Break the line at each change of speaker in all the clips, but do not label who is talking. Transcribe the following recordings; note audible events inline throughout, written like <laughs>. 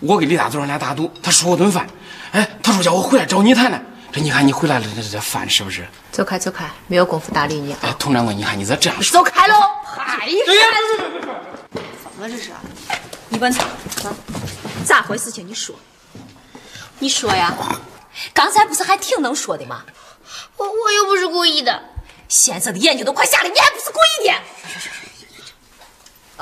我给李大嘴俩打赌，他说我顿饭，哎，他说叫我回来找你谈谈。这你看你回来了，这这饭是不是？
走开，走开，没有功夫搭理你
哎
啊！，
佟掌柜，你看你咋这样
<laughs>
说？
走开喽！哎呀，
怎么这是？你问他，咋回事情？你说，你说呀。刚才不是还挺能说的吗？
我我又不是故意的，
先生的眼睛都快瞎了，你还不是故意的？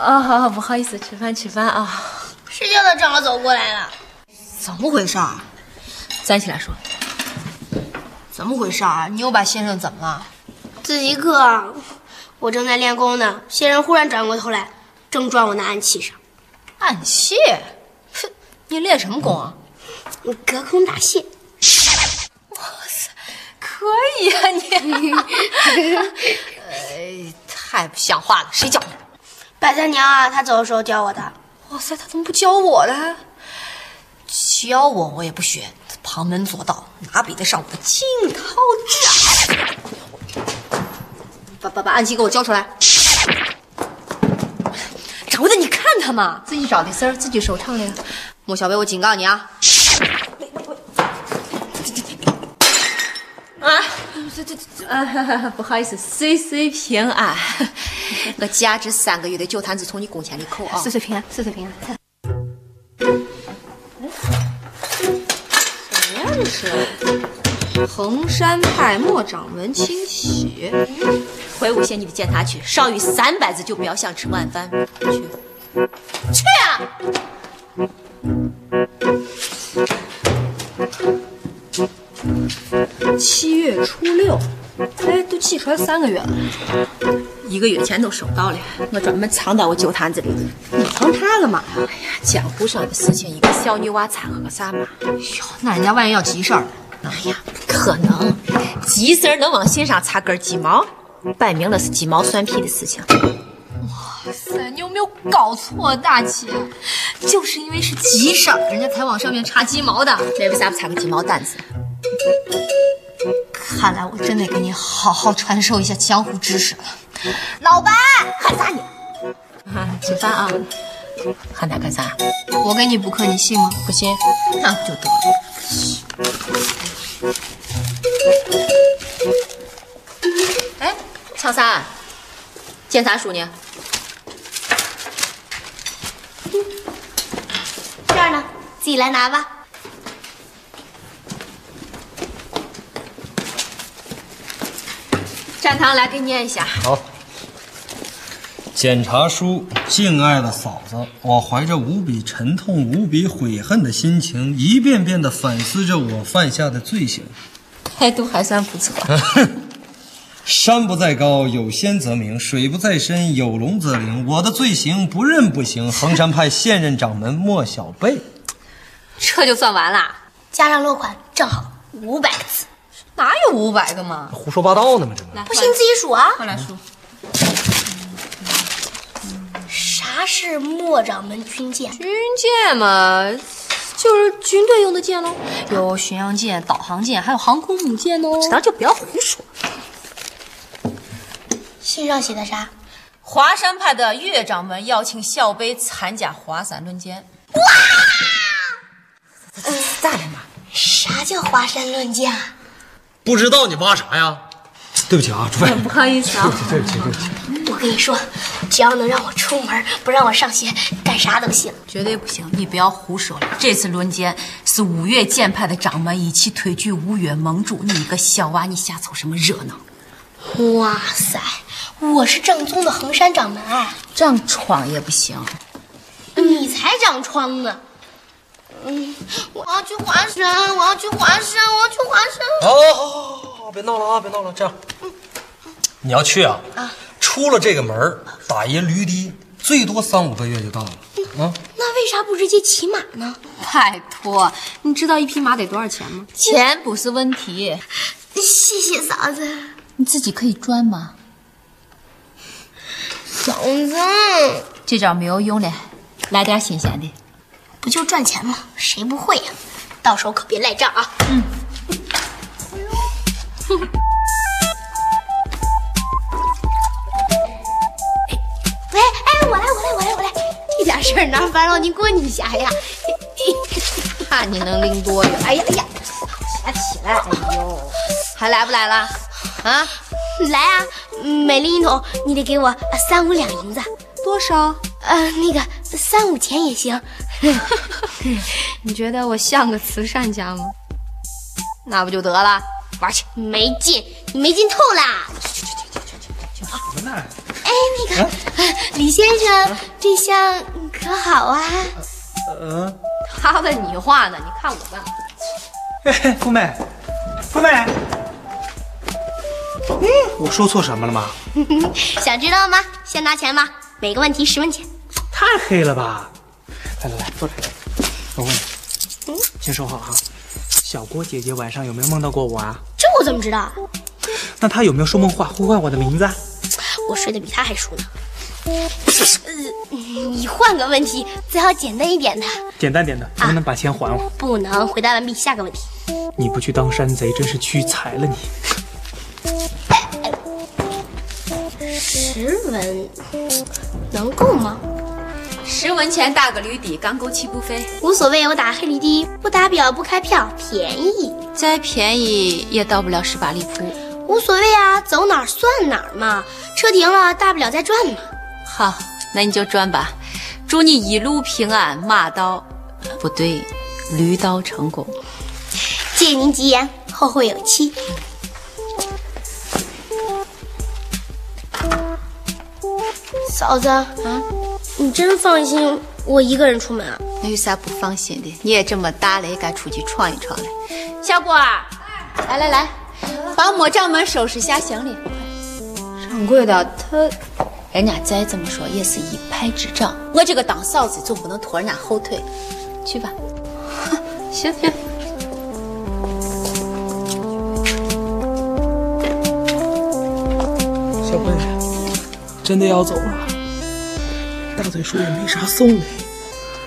啊，好好，不好意思，吃饭吃饭啊！
谁叫他正好走过来了？
怎么回事？站起来说，
怎么回事啊？你又把先生怎么了？
自习课啊，我正在练功呢，仙人忽然转过头来，正撞我那暗器上，
暗器？哼，你练什么功啊？
隔空打蟹。
可以啊 <laughs> 你，哎，太不像话了！谁教你的？
白三娘啊，她走的时候教我的。
哇塞，他怎么不教我呢？教我我也不学，旁门左道，哪比得上我的惊涛之海？啊把把把暗器给我交出来！找的，你看他嘛！
自己找的事儿自己收场了呀。
莫小薇，我警告你啊！
啊，不好意思，岁岁平安。
<laughs> 我价值三个月的酒坛子从你工钱里扣啊！
岁岁平安，岁岁平安。
衡山派莫掌门清洗，
回五县你得见他去，少于三百字就不要想吃晚饭。去，
七月初六，哎，都寄出来三个月了。
一个月前都收到了，我专门藏到我酒坛子里的。
你藏它干
哎
嘛呀？
江湖上的事情，一个小女娃掺和个啥嘛？
那人家万一要急事儿，嗯
哎呀，不可能，急事儿能往心上插根鸡毛？摆明了是鸡毛蒜皮的事情。
塞，你有没有搞错，啊大姐？就是因为是急事儿，人家才往上面插鸡毛的。
那为啥不插个鸡毛掸子？
看来我真得给你好好传授一下江湖知识了。
老白，喊啥呢？啊，吃饭啊！喊他干啥？
我给你补课，你信吗？
不信？
那不就得了。
哎，长三，见啥书呢？
这儿呢，自己来拿吧。
展堂来给念一下。
好，检查书，敬爱的嫂子，我怀着无比沉痛、无比悔恨的心情，一遍遍地反思着我犯下的罪行。
哎
态度还算不错。
山不在高，有仙则名；水不在深，有龙则灵。我的罪行不认不行。衡山派现任掌门莫小贝，
这就算完啦？
加上落款，正好五百个字。
哪有五百个嘛？
胡说八道呢吗？这不
不信自己数啊！
快来数，
啥是莫掌门军舰？
军舰嘛，就是军队用的舰喽，有巡洋舰、导航舰，还有航空母舰哦。
咱就不要胡说。
信上写的啥？
华山派的岳掌门邀请校杯参加华山论剑，
咋了嘛？
啥叫华山论剑啊？
不知道你挖啥呀？对不起啊，诸位，
不好意思啊，
对不起，对不起。
我跟你说，只要能让我出门，不让我上学，干啥都行。
绝对不行！你不要胡说了。这次论剑是五岳剑派的掌门一起推举五岳盟主，你一个小娃，你瞎凑什么热闹？
哇塞，我是正宗的衡山掌门哎，
长疮也不行。
你才长疮呢。嗯，我要去华山，我要去华山，我要去华山。
好好好好好，别闹了啊，别闹了，这样，你要去啊？出了这个门儿打一驴的，最多三五个月就到了啊。
那为啥不直接骑马呢？
拜托，你知道一匹马得多少钱吗？
钱不是问题，
谢谢嫂子。
你自己可以赚嘛。
嫂子，
这招没有用了，来点新鲜的。
不就赚钱吗？谁不会呀、到时候可别赖账啊！
<laughs> 哎 <laughs>
嗯。喂，哎，我来，我来，我来，我来，一点事儿哪烦扰您过你一下呀？
看你能拎多远。哎呀哎呀，起来起来！哎呦，还来不来了？啊，
来啊，每拎一桶，你得给我呃三五两银子。
多少？
呃，那个三五钱也行。
你觉得我像个慈善家吗？那不就得了？玩去！
没劲，你没劲透啦！哎，那个、呃李先生，这箱可好啊？
他问你话呢，你看我干嘛？
哎，富美，富美，嗯，我说错什么了吗？
想知道吗？先拿钱吧，每个问题十文钱。
太黑了吧！来来来，坐这儿。我问你，先说好哈，小郭姐姐晚上有没有梦到过我啊？
这我怎么知道啊？
那她有没有说梦话呼唤我的名字？啊？
我睡得比他还熟呢。呃你换个问题，最好简单一点的。
简单点的，能不能把钱还我？
不能回答完毕，下个问题。
你不去当山贼，真是屈才了你。
十文能够吗？
十文钱大个驴底，刚够气不飞。
无所谓，我打黑驴的，不打表，不开票，便宜。
再便宜也到不了十八里铺。
无所谓啊，走哪儿算哪儿嘛。车停了，大不了再转嘛。
好，那你就赚吧，祝你一路平安，马到不对，驴到成功。
借您吉言，后会有期。嫂子，你真放心我一个人出门啊？
那有啥不放心的？你也这么大了，也该出去闯一闯了。
小郭儿，
来来来，把魔掌门收拾下行李。
掌柜的，他
人家再怎么说也是一派之长，我这个当嫂子总不能拖人家后腿。去 <laughs> 吧，
行行。
小妹，真的要走了？大嘴说也没啥送的，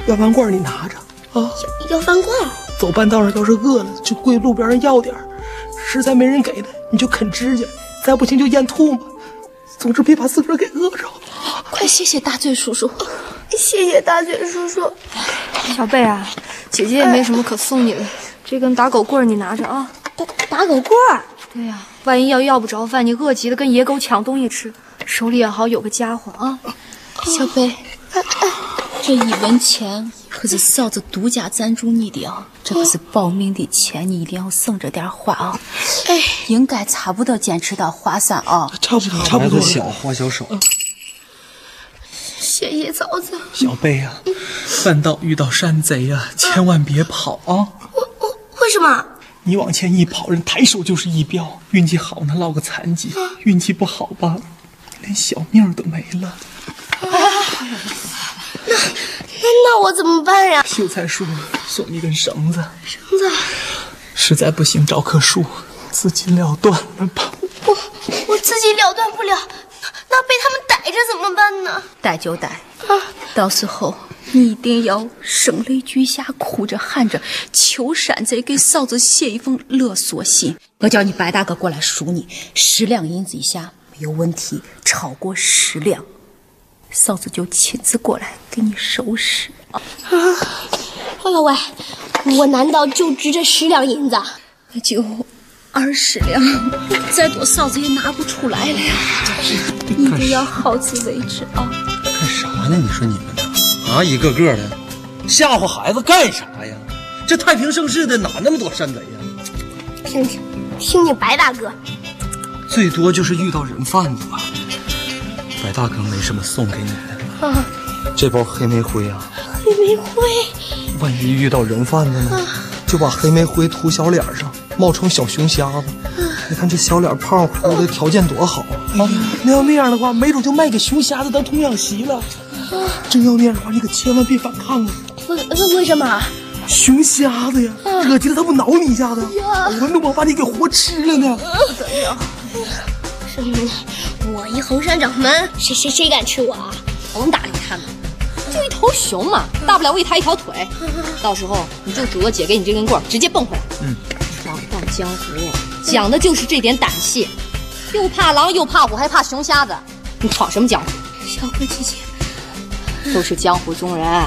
要饭罐你拿着啊。
要饭罐儿？
走半道上要是饿了，就跪路边上要点儿实在没人给的，你就啃指甲，再不行就咽唾沫。总之别把自个儿给饿着了。
快谢谢大醉叔叔。
谢谢大嘴叔叔。
小贝啊，姐姐也没什么可送你
哎
的，这根打狗棍儿你拿着啊。
打打狗棍儿？
对呀、万一要要不着饭，你饿极了跟野狗抢东西吃，手里也好有个家伙啊。
嗯
小贝，这一文钱可是嫂子独家赞助你的啊，这可是保命的钱，你一定要省着点花啊。应该差不多坚持到华山啊。
差不多，差不多了。
花小手，
谢谢嫂子。
小贝呀、半道遇到山贼呀、千万别跑啊！
我我呃为什么？
你往前一跑，人抬手就是一镖，运气好能落个残疾，运气不好吧，连小命都没了。
那那我怎么办呀？
秀才叔送你根绳子，绳子，实在不行找棵树自己了断了吧。
我我自己了断不了，那被他们逮着怎么办呢？
逮就逮，到时候你一定要声泪俱下，哭着喊着求山贼给嫂子写一封勒索信。我叫你白大哥过来赎你，十两银子以下没有问题，超过十两，嫂子就亲自过来给你收拾。
哎呦喂，我难道就值这十两银子？
那就二十两，再多嫂子也拿不出来了呀。一定要好自为之啊！
干啥呢？你说你们呢？啊，一个个的，吓唬孩子干啥呀？这太平盛世的哪那么多山贼呀？
听听，听听白大哥，
最多就是遇到人贩子吧。白大哥没什么送给你的，
啊
这包黑玫瑰啊，
黑玫瑰，
万一遇到人贩子呢，就把黑玫瑰涂小脸上，冒充小熊瞎子。你看这小脸胖乎的，条件多好啊！
那要那样的话，没准就卖给熊瞎子当童养媳了。真要那样的话，你可千万别反抗啊！
为为为什么？啊
熊瞎子呀，惹急了他不挠你一下子，我弄不好把你给活吃了呢。
嗯我一横山掌门，谁谁谁敢吃我啊？
甭搭理他们，就一头熊嘛，大不了喂他一条腿。到时候你就拄着姐给你这根棍儿，直接蹦回来。嗯，浪荡江湖讲的就是这点胆气，又怕狼又怕虎，还怕熊瞎子，你闯什么江湖？
小哥姐姐，
都是江湖中人。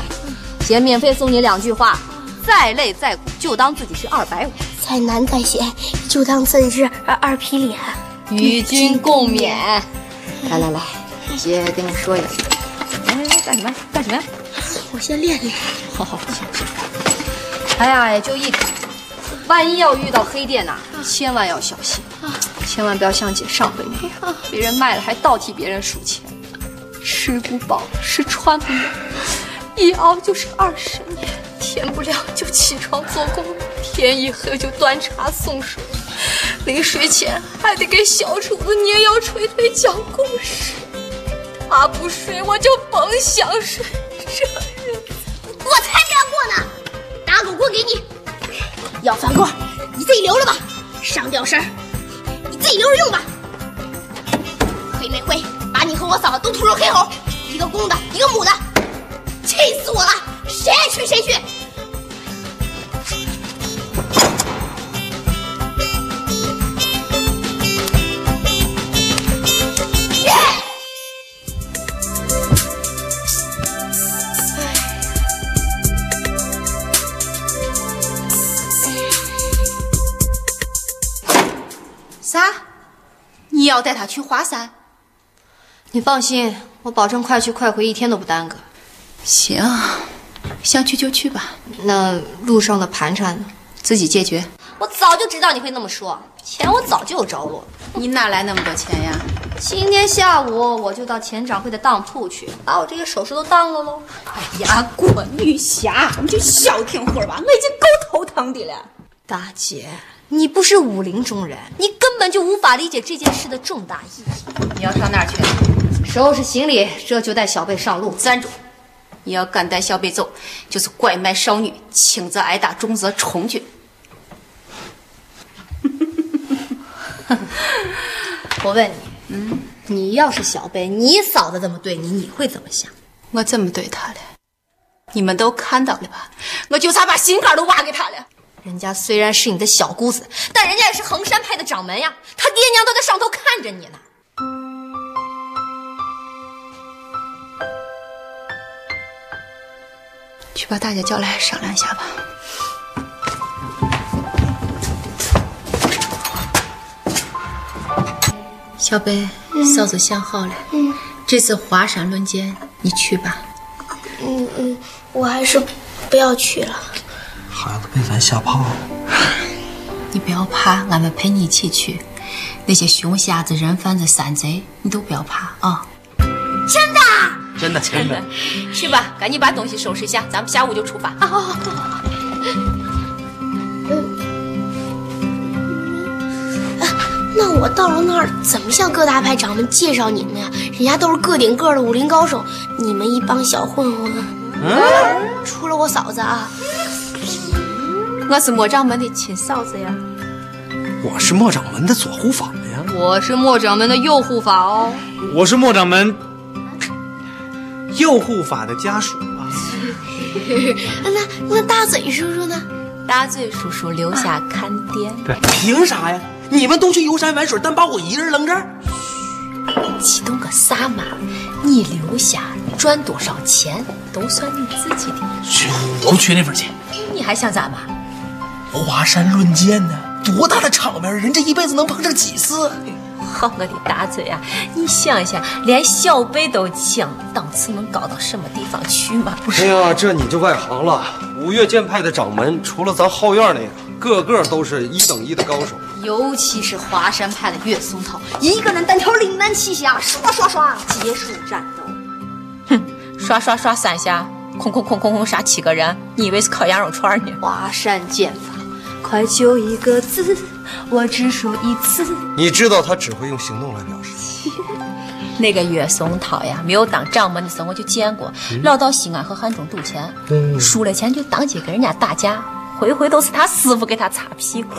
姐免费送你两句话，再累再苦，就当自己是二百五。
再难再险，就当自己是二二皮脸。
与君共勉。来来来，姐跟你说一下。哎，干什么？干什么呀？
我先练练。
好好，行行。 <laughs> 哎呀，也就一点，万一要遇到黑店呐、千万要小心，千万不要像姐上回那样，别人卖了还倒替别人数钱，吃不饱是穿不暖，一熬就是二十年，天不亮就起床做工，天一黑就端茶送水，临睡前还得给小厨子捏腰捶腿讲故事，他不睡我就甭想睡，这日子。
我才干过呢，打狗棍给你，要饭棍儿你自己留着吧，上吊绳儿你自己留着用吧。黑玫瑰，把你和我嫂子都涂成黑猴，一个公的，一个母的，气死我了！谁爱去谁去。
啥？你要带他去华山？你放心，我保证快去快回，一天都不耽搁。
行，想去就去吧。
那路上的盘缠呢？
自己解决。
我早就知道你会那么说，钱我早就有着落。
你哪来那么多钱呀？
今天下午我就到钱掌柜的当铺去，把我这些首饰都当了喽。
哎呀，郭女侠，你就消停会儿吧，我已经够头疼的了。
大姐，你不是武林中人，你根本就无法理解这件事的重大意义。
你要上哪儿去？啊
收拾行李，这就带小贝上路。
站住！你要敢带小北走，就是拐卖少女，轻则挨打，重则充军。
我问你，嗯，你要是小贝，你嫂子这么对你，你会怎么想？
我怎么对他了？你们都看到了吧？我就差把心肝都挖给他了。
人家虽然是你的小姑子，但人家也是衡山派的掌门呀，他爹娘都在上头看着你呢。
去把大姐叫来商量一下吧。小北，嫂子想好了，这次华山论剑你去吧。
嗯嗯，我还是不要去了。
孩子被咱吓怕了。
你不要怕，俺们陪你一起去。那些熊瞎子、人贩子、山贼，你都不要怕啊！
真的，真的。
去吧，赶紧把东西收拾一下，咱们下午就出发啊！
那我到了那儿，怎么向各大派掌门介绍你们呀？人家都是个顶个的武林高手，你们一帮小混混。除了我嫂子啊，
我是莫掌门的亲嫂子呀。
我是莫掌门的左护法呀。
我是莫掌门的右护法哦。
我是莫掌门右护法的家属啊。
那那大嘴叔叔呢？
大嘴叔叔留下看店，
凭啥呀？你们都去游山玩水，但把我一个人扔这儿？
启动个啥嘛？你留下赚多少钱都算你自己的，
去，我缺那份钱。
你还想咋嘛？
华山论剑呢，多大的场面，人这一辈子能碰上几次？
好我的大嘴啊！你想一想，连小辈都请，档次能高到什么地方去吗？不
哎呀，这你就外行了。五岳剑派的掌门，除了咱后院那个，个个都是一等一的高手。
尤其是华山派的岳松涛，一个人单挑岭南七侠，刷刷刷结束战斗。
刷刷刷三下，空空空空空杀七个人，你以为是烤羊肉串呢？ <laughs>
华山剑法，快就一个字，我只说一次。
你知道他只会用行动来表示。
那个岳松涛呀，没有当掌门的时候我就见过，老到西啊安和汉中赌钱，输了钱就当街跟人家打架，回回都是他师傅给他擦屁股。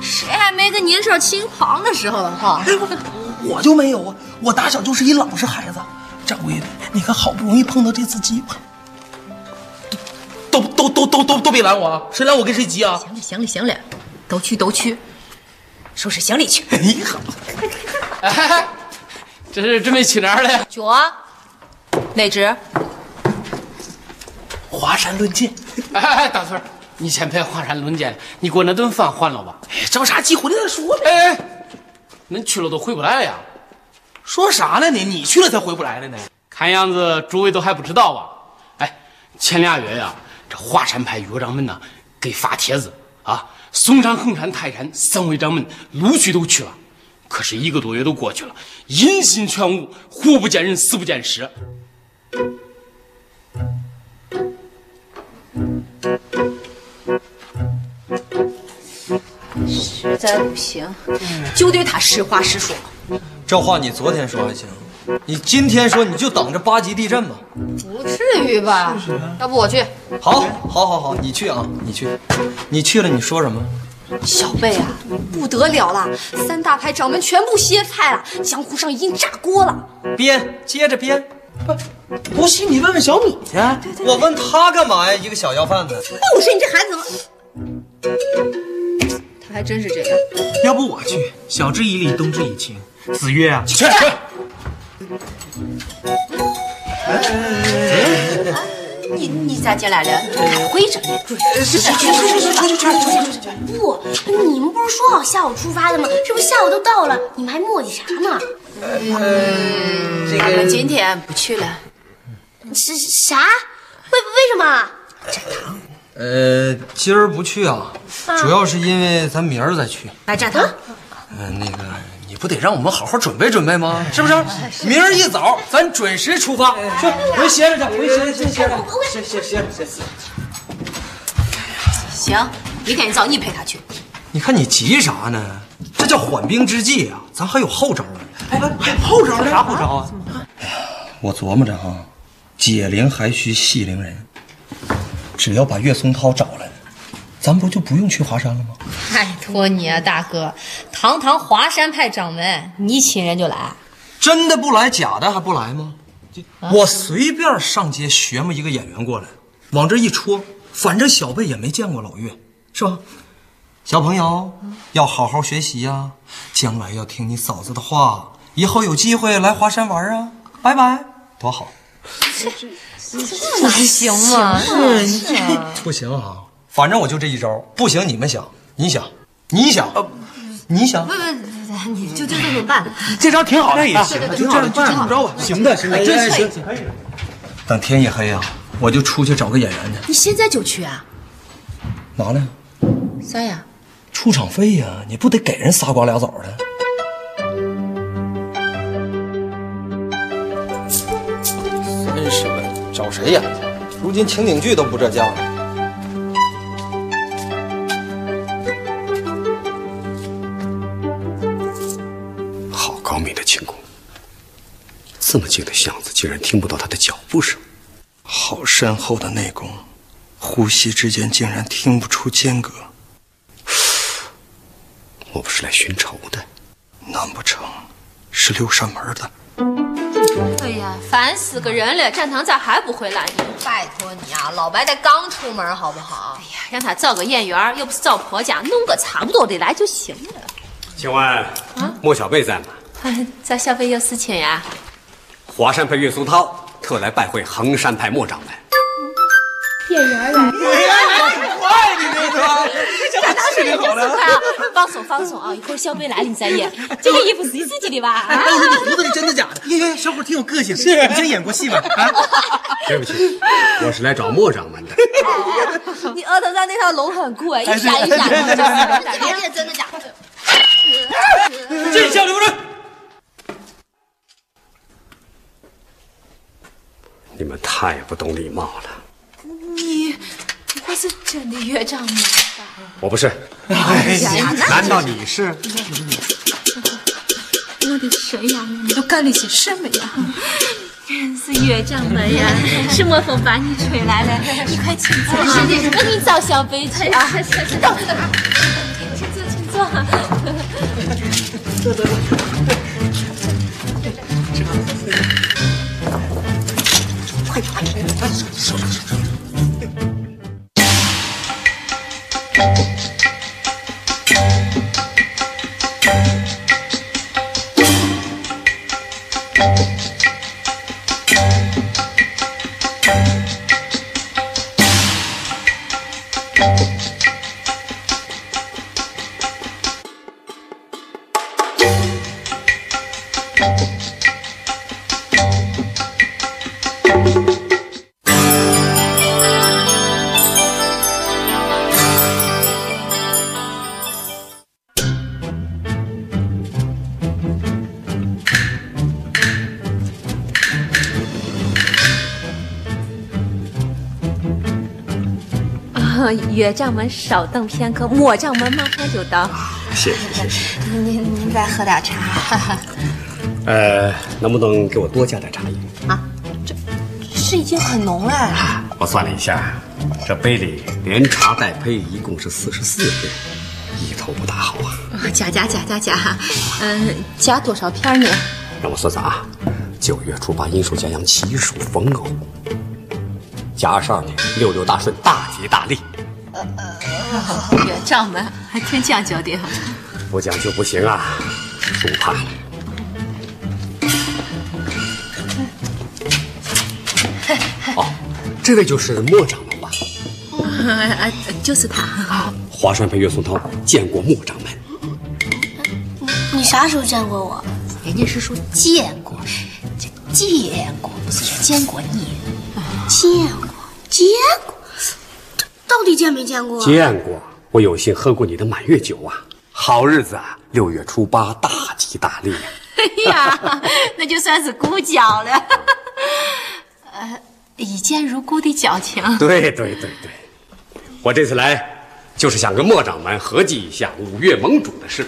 谁还没个年少轻狂的时候呢？哈，
我就没有啊，我打小就是一老实孩子。掌柜的，你看好不容易碰到这次机会，都都都都都都别拦我啊！谁拦我跟谁急啊！
行了行了行了，都去都去，收拾行李去。
哎呀，
哎，这是准备去哪儿了呀？
脚啊，哪只？
华山论剑，
哎哎，大村儿，你前辈华山论剑，你给我那顿饭换了吧？
着啥急回来再说呗。
哎哎，恁去了都回不来呀？
说啥呢你？你去了才回不来了呢。
看样子诸位都还不知道吧？哎，前俩月呀、这华山派岳掌门呢给发帖子啊，嵩山、衡山、泰山三位掌门陆续都去了，可是一个多月都过去了，音信全无，活不见人，死不见尸。
实在不行，就得他实话实说。
这话你昨天说还行，你今天说你就等着八级地震吧。
不至于吧？
啊
要不我去？
好，好，好，好，你去啊，你去，你去了，你说什么？
小贝啊，不得了了，三大派掌门全部歇菜了，江湖上已经炸锅了。
编，接着编。哎
不信你问问小米去。
我问他干嘛呀？一个小要饭的。
我说你这孩子怎么？
他还真是这样。
要不我去，晓之以理，动之以情。子曰啊，去。
你你咋这俩人开会着呢？
去去去去去去去去去！
不，你们不是说好下午出发的吗？这不下午都到了，你们还磨叽啥呢？
我们今天不去了。
啥啥？为为什么？
呃，今儿不去啊，主要是因为咱明儿再去。
白展堂，
嗯、那个你不得让我们好好准备准备吗？是不是？明儿一早咱准时出发，去回歇着去，回歇着去，歇着。
行，你赶紧找你陪他去。
你看你急啥呢？这叫缓兵之计啊，咱还有后招呢。
哎，还后招呢？啥后招啊？
我琢磨着哈、解铃还需系铃人。只要把岳松涛找来，咱不就不用去华山了吗？
拜托你啊，大哥，堂堂华山派掌门，你请人就来，
真的不来，假的还不来吗？我随便上街学么一个演员过来，往这一戳，反正小贝也没见过老岳，是吧？小朋友要好好学习呀、将来要听你嫂子的话，以后有机会来华山玩啊，拜拜，多好！
这哪行吗？
不行啊，反正我就这一招，不行你们想，你想，你想，你想，
你就就这么办。
这招挺好的，也行，
啊
挺好的，就这么着吧。行的，行的，真行。
等天一黑啊，我就出去找个演员去。
你现在就去啊？
嘛呢？
三呀，
出场费呀、你不得给人仨瓜俩枣的？
真是的，找谁演去？如今情景剧都不这价了。
好高明的轻功！这么静的巷子，竟然听不到他的脚步声。
好深厚的内功，呼吸之间竟然听不出间隔。
我不是来寻仇的，
难不成是六扇门的？
对呀，烦死个人了，战堂咋还不回来呢？
拜托你啊，老白才刚出门，好不好？
让他造个眼缘儿，又不是造婆家，弄个差不多的来就行了。
请问莫小贝在吗？
咋小贝有事情呀？
华山派岳松涛特来拜会衡山派莫掌门。
啊，放松放松啊，一会儿小贝来了你再演。这个衣服是你自己的吧？啊
哎，你胡子是真的假的？耶耶，小伙挺有个性，是你真演过戏吗？啊，
<laughs>
对不起，我是来找莫掌门的。
你额头上那条龙很酷哎，一闪一闪的，就是
这个真的假的？
这下留着。
你们太不懂礼貌了。
不会是真的岳丈母
我不是，
哎
难道你是？
我的神呀，你都干了些什么呀？
是岳掌门呀，
<laughs>
是莫风把你吹来了，你快请坐啊！
娘？是的，我给你找小贝去啊。
请坐，请坐。
哎，
岳掌门稍等片刻，末掌门马上就到。
谢谢谢谢。
您您再喝点茶，哈哈，
呃，能不能给我多加点茶叶？
啊
这已经很浓
哎
了。
啊我算了一下，这杯里连茶带胚一共是四十四杯，一头不大好啊。
哦
啊加加加加加，嗯，加多少片儿呢？
让我算算啊，九月初八阴属骄阳，奇属逢偶，甲二十二年六六大顺，大吉大利。
岳掌门还挺讲究的。
不讲究不行啊，输怕了。哦，这位就是莫掌门吧？
呃
啊，就是他。
华山派岳松涛见过莫掌门。
你啥时候见过我？
人家是说见过，这见过不是说见过你，
见过，见过，到底见没见过？
见过，我有幸喝过你的满月酒啊！好日子啊，六月初八大吉大利。
哎
<laughs>
呀，那就算是故交了。呃，一见如故的交情。
<laughs> 对对对对，我这次来就是想跟莫掌门合计一下五岳盟主的事。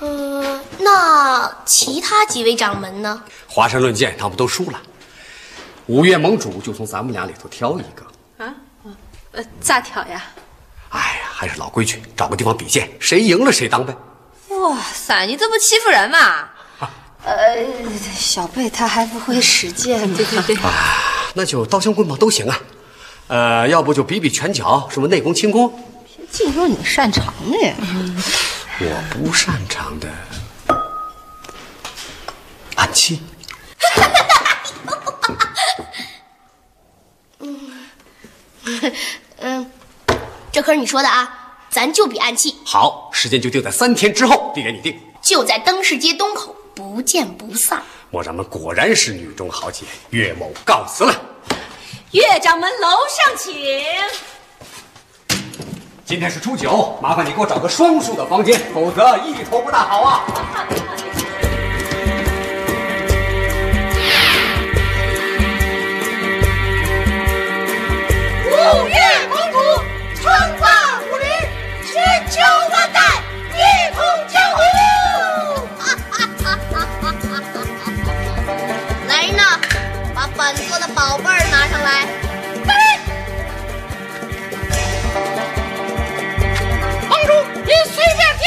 嗯，那其他几位掌门呢？
华山论剑他们都输了，五岳盟主就从咱们俩里头挑一个。
啊，呃，咋挑呀？
哎呀，还是老规矩，找个地方比剑，谁赢了谁当呗。
哇塞，你这不欺负
<laughs>
人吗？呃，小贝他还不会
<laughs>
使剑呢。对对对，
那就刀枪棍棒都行啊。呃，要不就比比拳脚，什么内功轻功，
净说你擅长的呀。
我不擅长的暗器。
嗯，这可是你说的啊，咱就比暗器，
好，时间就定在三天之后，地点你定。
就在灯市街东口，不见不散。
莫掌门果然是女中豪杰，岳某告辞了。
岳掌门楼上请。
今天是初九，麻烦你给我找个双数的房间，否则一头不大好啊。
五岳盟主，称霸武林，千秋万代，一统江湖。 <laughs> 来人呐，把本座的宝贝儿拿上来。来人，盟主您随便挑。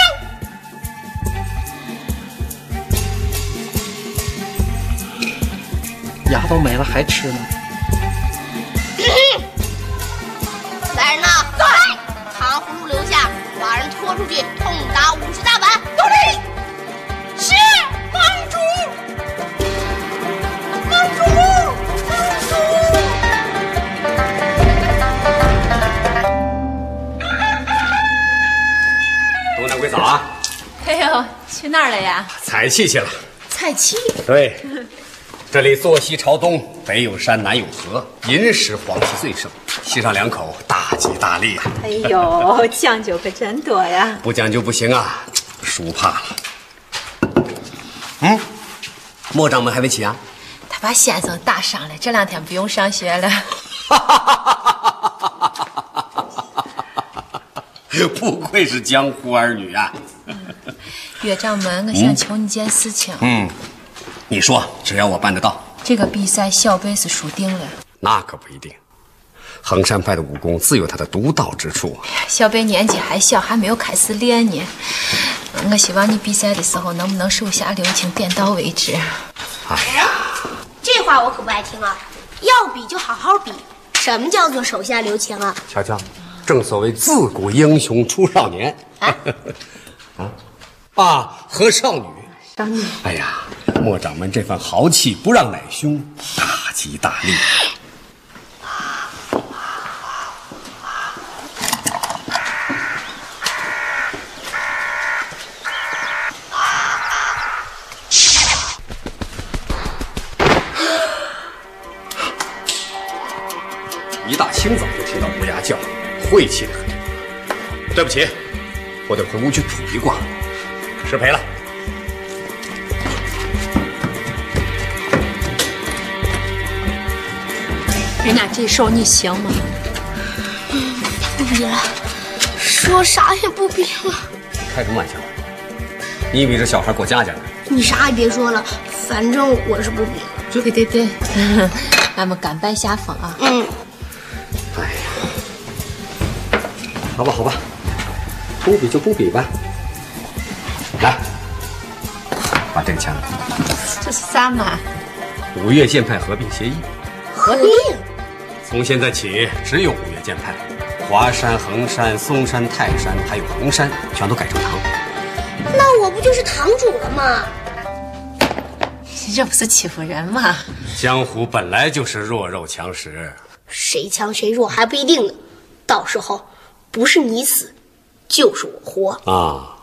牙都没了还吃呢？
<laughs> 来人呐，来！糖葫芦留下，把人拖出去，痛打五十大板。都立！是盟主，盟主，盟主。
东山归早啊， <laughs>
哎呦，去哪儿了呀？
采气去了。
菜七，
对，这里坐西朝东，北有山，南有河，寅时黄气最盛，吸上两口，大吉大利啊！
哎
<laughs>
呦，讲究可真多呀！
不讲究不行啊，输怕了。嗯，莫掌门还没起啊？
他把先生打伤了，这两天不用上学了。
<laughs> 不愧是江湖儿女啊！
岳掌门，我想求你件事情。
嗯，你说，只要我办得到，
这个比赛小贝是输定了。
那可不一定。衡山派的武功自有它的独到之处啊。
小贝年纪还小，还没有开始练呢。我希望你比赛的时候能不能手下留情，点到为止。
哎
这话我可不爱听啊！要比就好好比，什么叫做手下留情啊？
瞧瞧，正所谓自古英雄出少年。 <laughs> 啊啊，和少女。
少女，
哎呀，莫掌门这份豪气不让乃兄，大吉大利。一大清早就听到乌鸦叫，晦气得很。对不起，我得回屋去卜一卦，失陪了。
人俩这事儿你行
<laughs>
吗？
不比了，说啥也不比了。
开什么玩笑？你比这小孩过家家呢。
你啥也别说了，反正我是不比了。
对
<laughs>
对对，俺们甘拜下风啊！
嗯，
好吧，好吧，不比就不比吧。来，把这个签了。
这是啥嘛？
五岳剑派合并协议，
合并
从现在起只有五岳剑派，华山、衡山、嵩山、泰山还有衡山全都改成唐。
那我不就是堂主了吗？
你这不是欺负人吗？
江湖本来就是弱肉强食，
谁强谁弱还不一定呢，到时候不是你死，就是我活。
啊，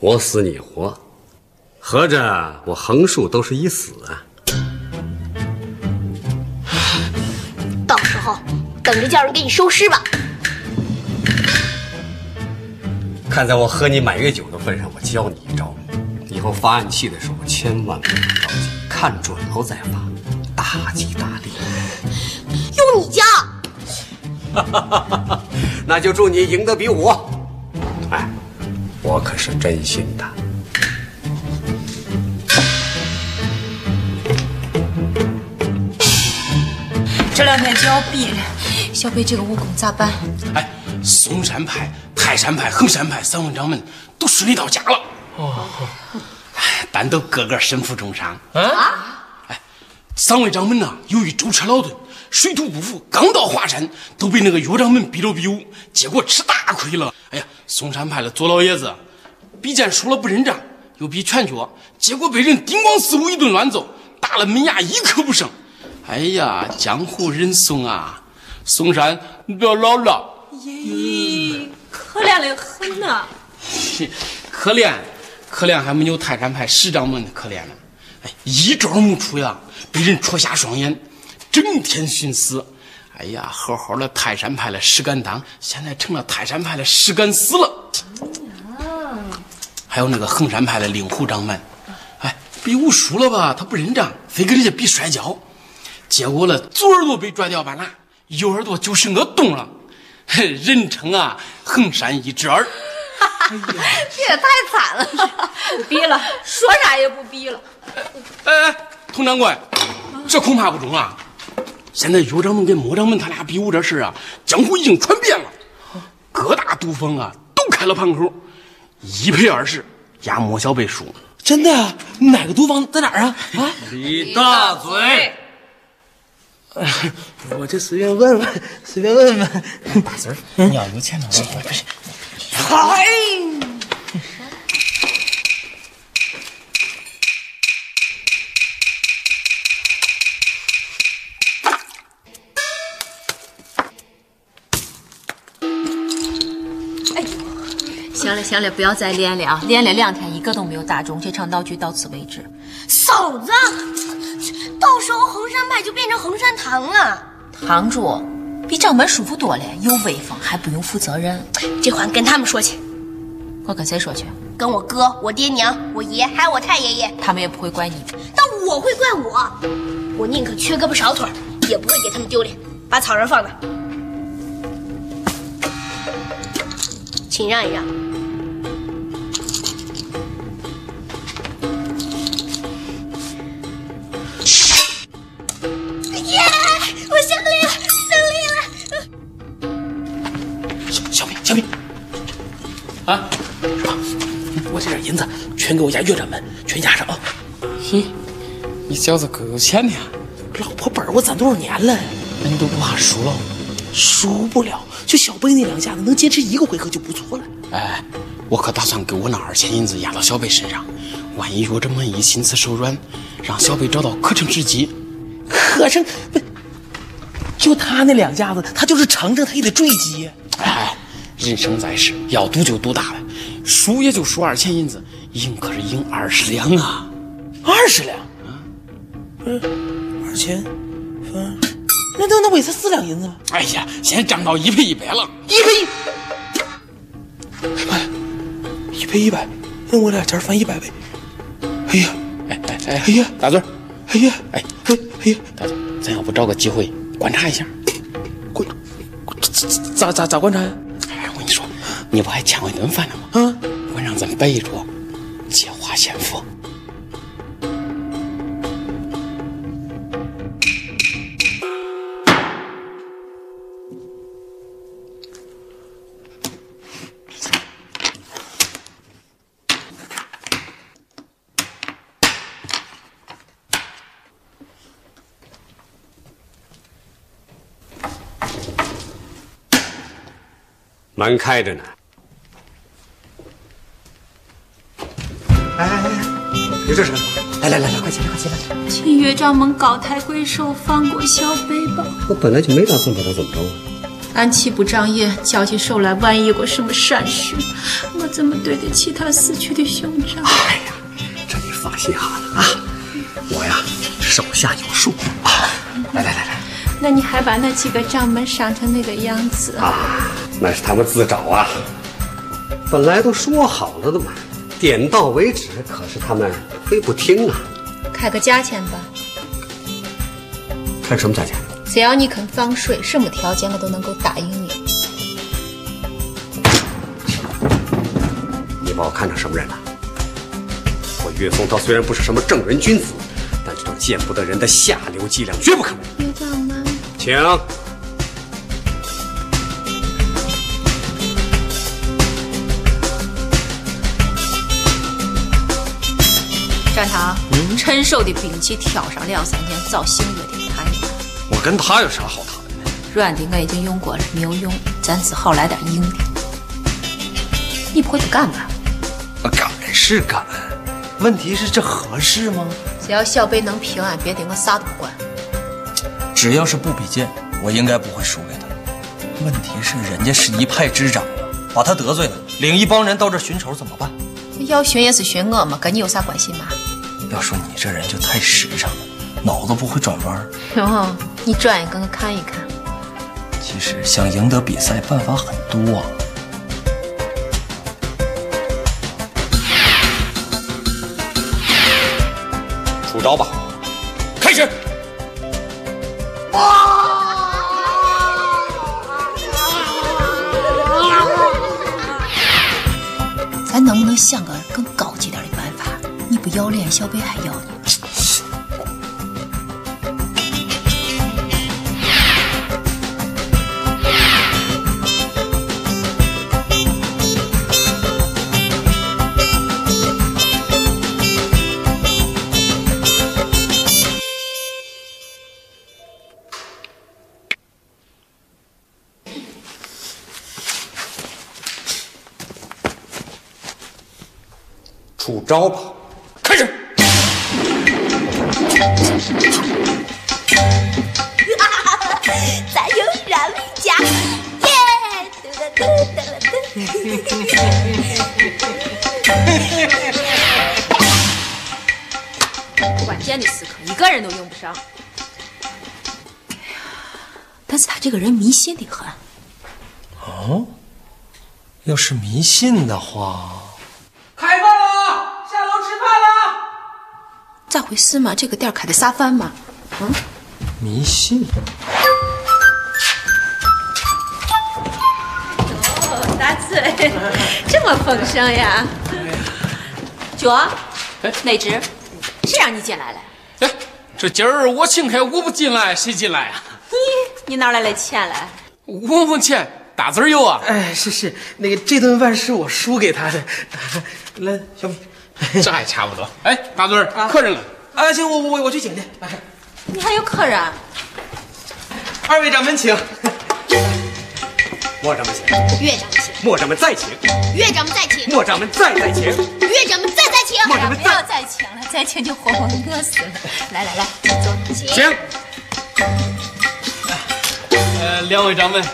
我死你活，合着我横竖都是一死啊！
到时候等着叫人给你收尸吧。
看在我喝你满月酒的份上，我教你一招，以后发暗器的时候千万不能着急，看准了再发，大吉大利。
用你家，
那就祝你赢得比我。哎，我可是真心的。
这两天就要毕了，小贝这个武功咋办？
哎，嵩山派、泰山派、衡山派三位掌门都顺利到家了。哦，哎，但都个个身负重伤。哎
啊！
三位掌门呐、由于舟车劳顿、水土不服，刚到华山都被那个岳掌门逼着比武，结果吃大亏了。哎呀，嵩山派的左老爷子比剑输了不认账，又比拳脚，结果被人叮咣四五一顿乱揍，打了门牙一颗不剩。哎呀，江湖人送啊，嵩山老老了。
咦，可怜的很呐！
可怜，可怜还没有泰山派十掌门的可怜呢。哎，一招没出呀，被人戳瞎双眼，整天寻死。哎呀，好好的泰山派的石敢当，现在成了泰山派的石敢死了。 <laughs> 还有那个衡山派的令狐掌门，哎，比武输了吧，他不认账，非跟人家比摔跤，结果了左耳朵被拽掉半拉，右耳朵就剩个洞了。 <laughs> 嘿人称啊，衡山一只耳。
这也太惨了，不逼了，说啥也不逼了。
哎哎，佟掌柜，这恐怕不中啊！现在尤掌门跟莫掌门他俩比武这事啊，江湖已经传遍了，各大赌坊啊都开了盘口，一赔二十，压莫小贝输。
真的啊？哪个毒房在哪儿啊？啊？
李大嘴，
<laughs>
我这随便问问，随便问问。
大嘴，你要有钱能问问。
嗨，
行了行了，不要再练了啊！练了两天，一个都没有打中，这场闹剧到此为止。
嫂子，到时候衡山派就变成衡山堂了，
堂主比掌门舒服多了，有威风，还不用负责任。
这话跟他们说去，
我跟谁说去？
跟我哥、我爹娘、我爷还有我太爷爷，
他们也不会怪你的。
但我会怪我，我宁可缺胳膊少腿儿，也不会给他们丢脸。把草人放那儿，请让一让。耶！我胜利了，胜利了！
小明，小明，啊，是吧？我这点银子全给我家岳掌门，全压上啊！嘿，你小子可有钱呢！
老婆本儿我攒多少年了，
那你都不怕输了？
输不了，就小贝那两下子能坚持一个回合就不错了。
哎，我可打算给我那二千银子压到小贝身上，万一岳掌门一心慈手软，让小贝找到可乘之机。
可是，不就他那两下子，他就是尝尝，他也得坠机。
哎，人生在世，要赌就赌大了，输也就输二千银子，赢可是赢二十两啊！
二十两，二千，嗯，那那那我也才四两银子吧。
哎呀，现在涨到一赔一百了。
一赔一，一赔一百，那我俩钱翻一百倍。哎呀，
哎哎哎，
哎呀
大嘴儿，
哎呀，
哎
哎哎呀，
大嘴儿，咱要不找个机会观察一下。观，咋咋咋观察呀？哎，我跟你说，你不还欠我一顿饭呢吗？啊，我让咱摆一桌，借花献佛。
门开着呢。
来来来来，刘志成，来来来来，快进来快进来。
请岳丈们搞抬贵寿，放过小北吧。
我本来就没打算把他怎么着啊。
俺岂不仗义，交起手来，万一有个什么闪失，我怎么对得起他死去的兄长？
这你放心好了啊，我呀手下有数啊。来来来来，
那你还把那几个掌门伤成那个样子
啊？那是他们自找啊。本来都说好了的嘛，点到为止，可是他们非不听啊。
开个价钱吧，
开什么价钱？
只要你肯放水，什么条件我都能够答应你。
你把我看成什么人了？我岳风涛虽然不是什么正人君子，但这种见不得人的下流伎俩绝不可为。
岳掌门，
请。
战堂，陈寿的兵器挑上两三天，找姓岳的谈一谈。
我跟他有啥好谈？
软的我已经用过了，没有用，咱只好来点硬的。你不会不干吧？
啊敢是敢，问题是这合适吗？
只要小贝能平安，别的我啥都不管。
只要是不比剑，我应该不会输给他。问题是人家是一派之长啊，把他得罪了，领一帮人到这寻仇怎么办？
要寻也是寻我嘛，跟你有啥关系嘛？
要说你这人就太实诚了，脑子不会转弯儿。
哟，哦你转眼跟我看一看。
其实想赢得比赛办法很多、啊，
出招吧，开始。
咱能不能想个更高级点的办法？你不要脸，小贝还要你。
出招吧，开始。
咱有燃力家，耶！嘟了嘟嘟了
关键的时刻一个人都用不上。哎但是他这个人迷信的很，
哦，要是迷信的话，
开饭了啊，下楼吃饭了。
咋回事嘛？这个店儿开的啥饭嘛？嗯，
迷信。
哦，大
<laughs>
嘴，这么丰盛呀！
脚，哪只？谁让你进来了？
哎这今儿我请客，我不进来，谁进来啊？
你你哪来的钱来？
我没钱，打字儿有啊。
哎，是是，那个这顿饭是我输给他的。来，小米，
这还差不多。哎，大嘴儿，客人了。
啊，行，我我我去请去。哎
你还有客人？啊
二位掌门请。
莫掌门请，
岳掌门请，
莫掌门再请，
岳掌门再请，
莫掌门再再请。
岳掌门再再请，
莫掌门
不要
再请哦了，再请就活活饿死了。来来来，坐，请。
行。呃，两位掌门，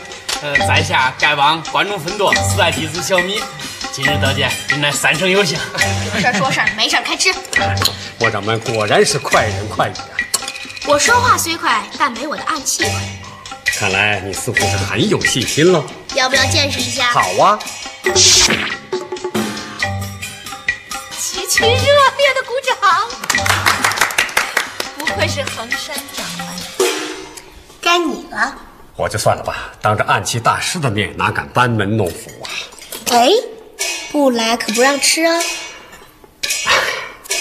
呃，在下丐帮观众分舵四爱弟子小米，今日得见，真乃三生有幸。
有事儿说事儿，没事儿开吃。
莫掌门果然是快人快语啊！
我说话虽快，但没我的暗器快。
看来你似乎是很有信心喽。
要不要见识一下？
好啊，
极其热烈的鼓掌，不愧是衡山掌门。
丐该你了。
我就算了吧，当着暗器大师的面，哪敢班门弄斧啊？
哎，不来可不让吃啊！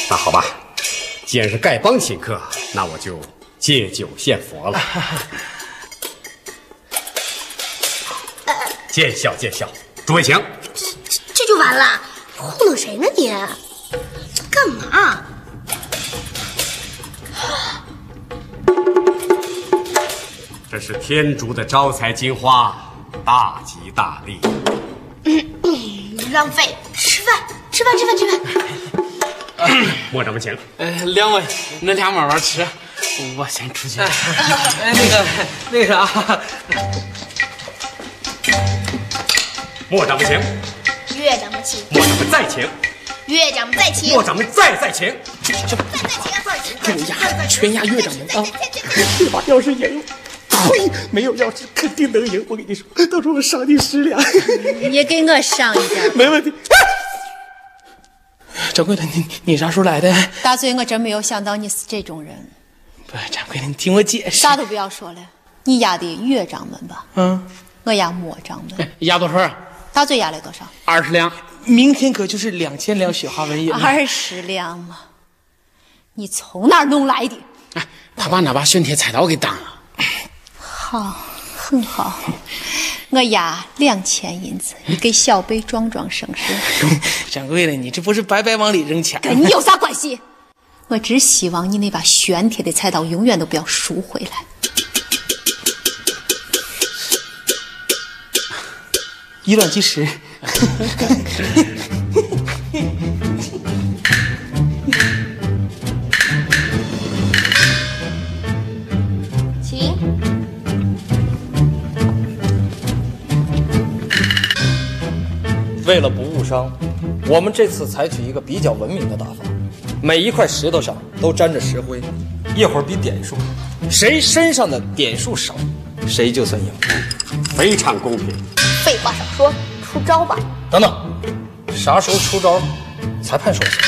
那好吧，既然是丐帮请客，那我就借酒献佛了。见笑见笑，诸位请。
这就完了，糊弄谁呢你？干嘛？
这是天竺的招财金花，大吉大利。
浪费！吃饭，吃饭，吃饭，吃饭！
莫掌门请。
呃，两位，恁俩慢慢吃，我先出去。
哎，
<laughs>
那个，那个啥，
莫掌门请，
岳掌门请，
莫掌门再请，
岳掌门再请，
莫掌门再再请。
给我压，全压岳掌门啊！这把要是赢，呸，没有钥匙肯定能赢。我跟你说，到时候我赏你十
<laughs>
两，
也给我上一点。
没问题。掌柜的，你你啥时候来的？
大嘴，我真没有想到你是这种人。
不是，掌柜的，你听我解释。
啥都不要说了，你压的岳掌门吧，
嗯，
我压莫掌门。
压多少？
大嘴压了多少？
二十两。明天可就是两千两雪花纹银
啊
了。
二十两嘛。你从哪儿弄来的？
哎他把那把玄铁菜刀给挡了。
好，哦很好。我压两千银 <laughs> 子，你给小贝壮壮声 <laughs> 声。
掌柜的，你这不是白白往里扔钱？
跟你有啥关系？我只希望你那把玄铁的菜刀永远都不要赎回来。
以卵击石。
请。
为了不误伤，我们这次采取一个比较文明的打法，每一块石头上都沾着石灰，一会儿比点数，谁身上的点数少，谁就算赢。
非常公平。
废话少说，出招吧！
等等，啥时候出招，裁判说行。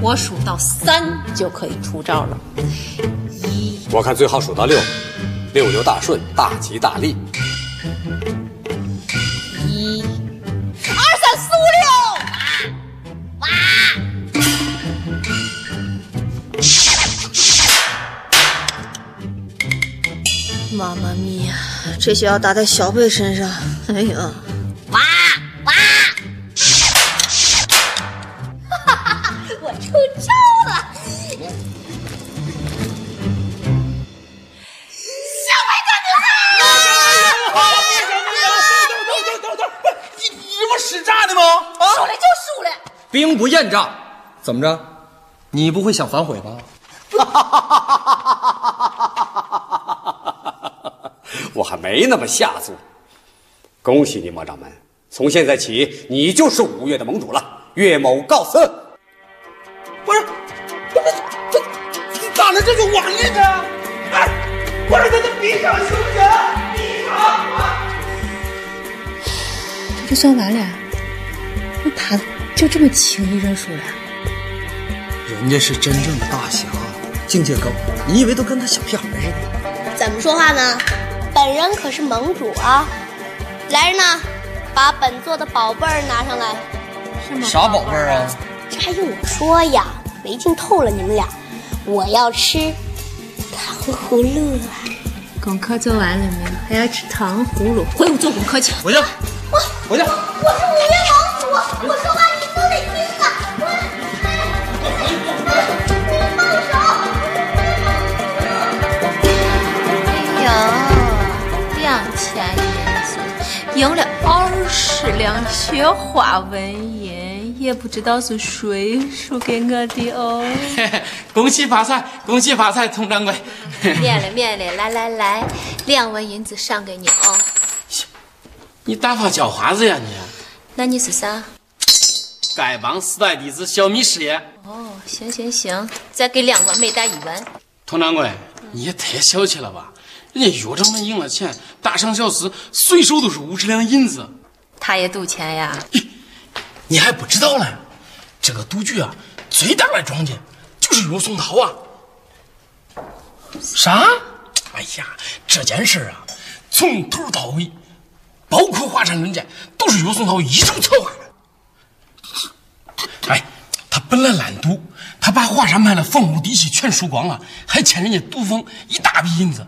我数到三就可以出招了。
我看最好数到六，六六大顺，大吉大利。
一、二、三、四、五、六。
妈妈咪呀，这下要打在小贝身上，哎呀！
哇哇！哈哈哈！我出招了！小白大牛
啊！为什么呀？等等等等等，不是你你这不使诈呢吗？啊，
输了就输了。
兵不厌诈，怎么着？你不会想反悔吧？
我还没那么下作。恭喜你，莫掌门，从现在起你就是五岳的盟主了。岳某告辞。
你打了这就完了呢？哎，我说咱这比场行不行？比场啊！
这就算完了，我打就这么轻易认输了？
人家是真正的大侠，境界高，你以为都跟他小屁孩似的？
怎么说话呢？本人可是盟主啊！来人呐，把本座的宝贝儿拿上来。什
啥宝贝儿啊？
这还用我说呀？没劲透了你们俩！我要吃糖葫芦啊！
功课做完了没有？还要吃糖葫芦？回屋做功课去。
回去。回去。
我是五岳盟主，我说话你都得听啊！
哎呦，两千银子，赢了二十两雪花纹银，也不知道是谁输给我的 <laughs> 哦。
<laughs> 恭喜发财，恭喜发财，佟掌柜。
免了免了，来来来，两文银子赏给你哦。
你大发叫花子呀你！
那你是啥？
丐帮四代弟子小米师爷，
哦，行行行，再给两文，每袋一文。
佟掌柜，你也太小气了吧！人家岳掌门赢了钱，打赏小厮随手都是五十两银子，
他也赌钱呀？
你还不知道嘞？这个赌局啊，最大的庄家就是岳松涛啊！
啥？哎
呀，这件事啊，从头到尾，包括华山论剑，都是由宋涛一手策划的。哎，他本来懒赌，他把华山派的房屋底细全输光了，还欠人家赌坊一大笔银子。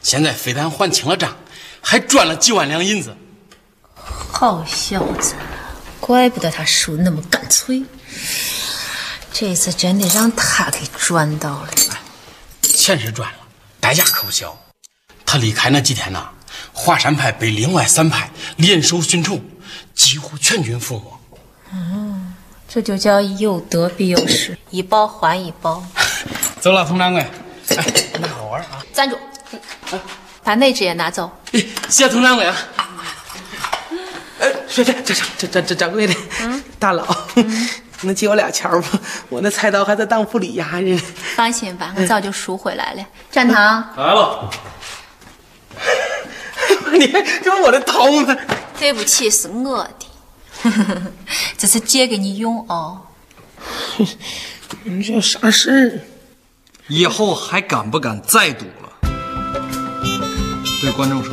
现在非但还清了账，还赚了几万两银子。
好小子，啊怪不得他叔那么干脆，这次真的让他给赚到了。
钱是赚了，代价可不小。他离开那几天呐、华山派被另外三派联手寻仇，几乎全军覆没。
嗯，这就
哎
叫有得必有失，一报还一报。
走了，佟掌柜。哎，那好玩啊！
站住！嗯把那只也拿走。
谢佟掌柜啊！
哎，这这这这这这掌柜的，大佬，能借我俩钱儿吗？我那菜刀还在当铺里 <laughs> 压着呢。
放心吧，我早就赎回来了。战堂，
来了。你还这不我的刀呢？
对不起，是我的， <laughs> 这是借给你用哦。
你这啥事儿？
以后还敢不敢再赌了？对观众说，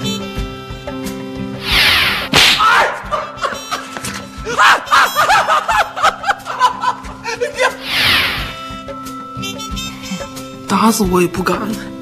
打死我也不敢了。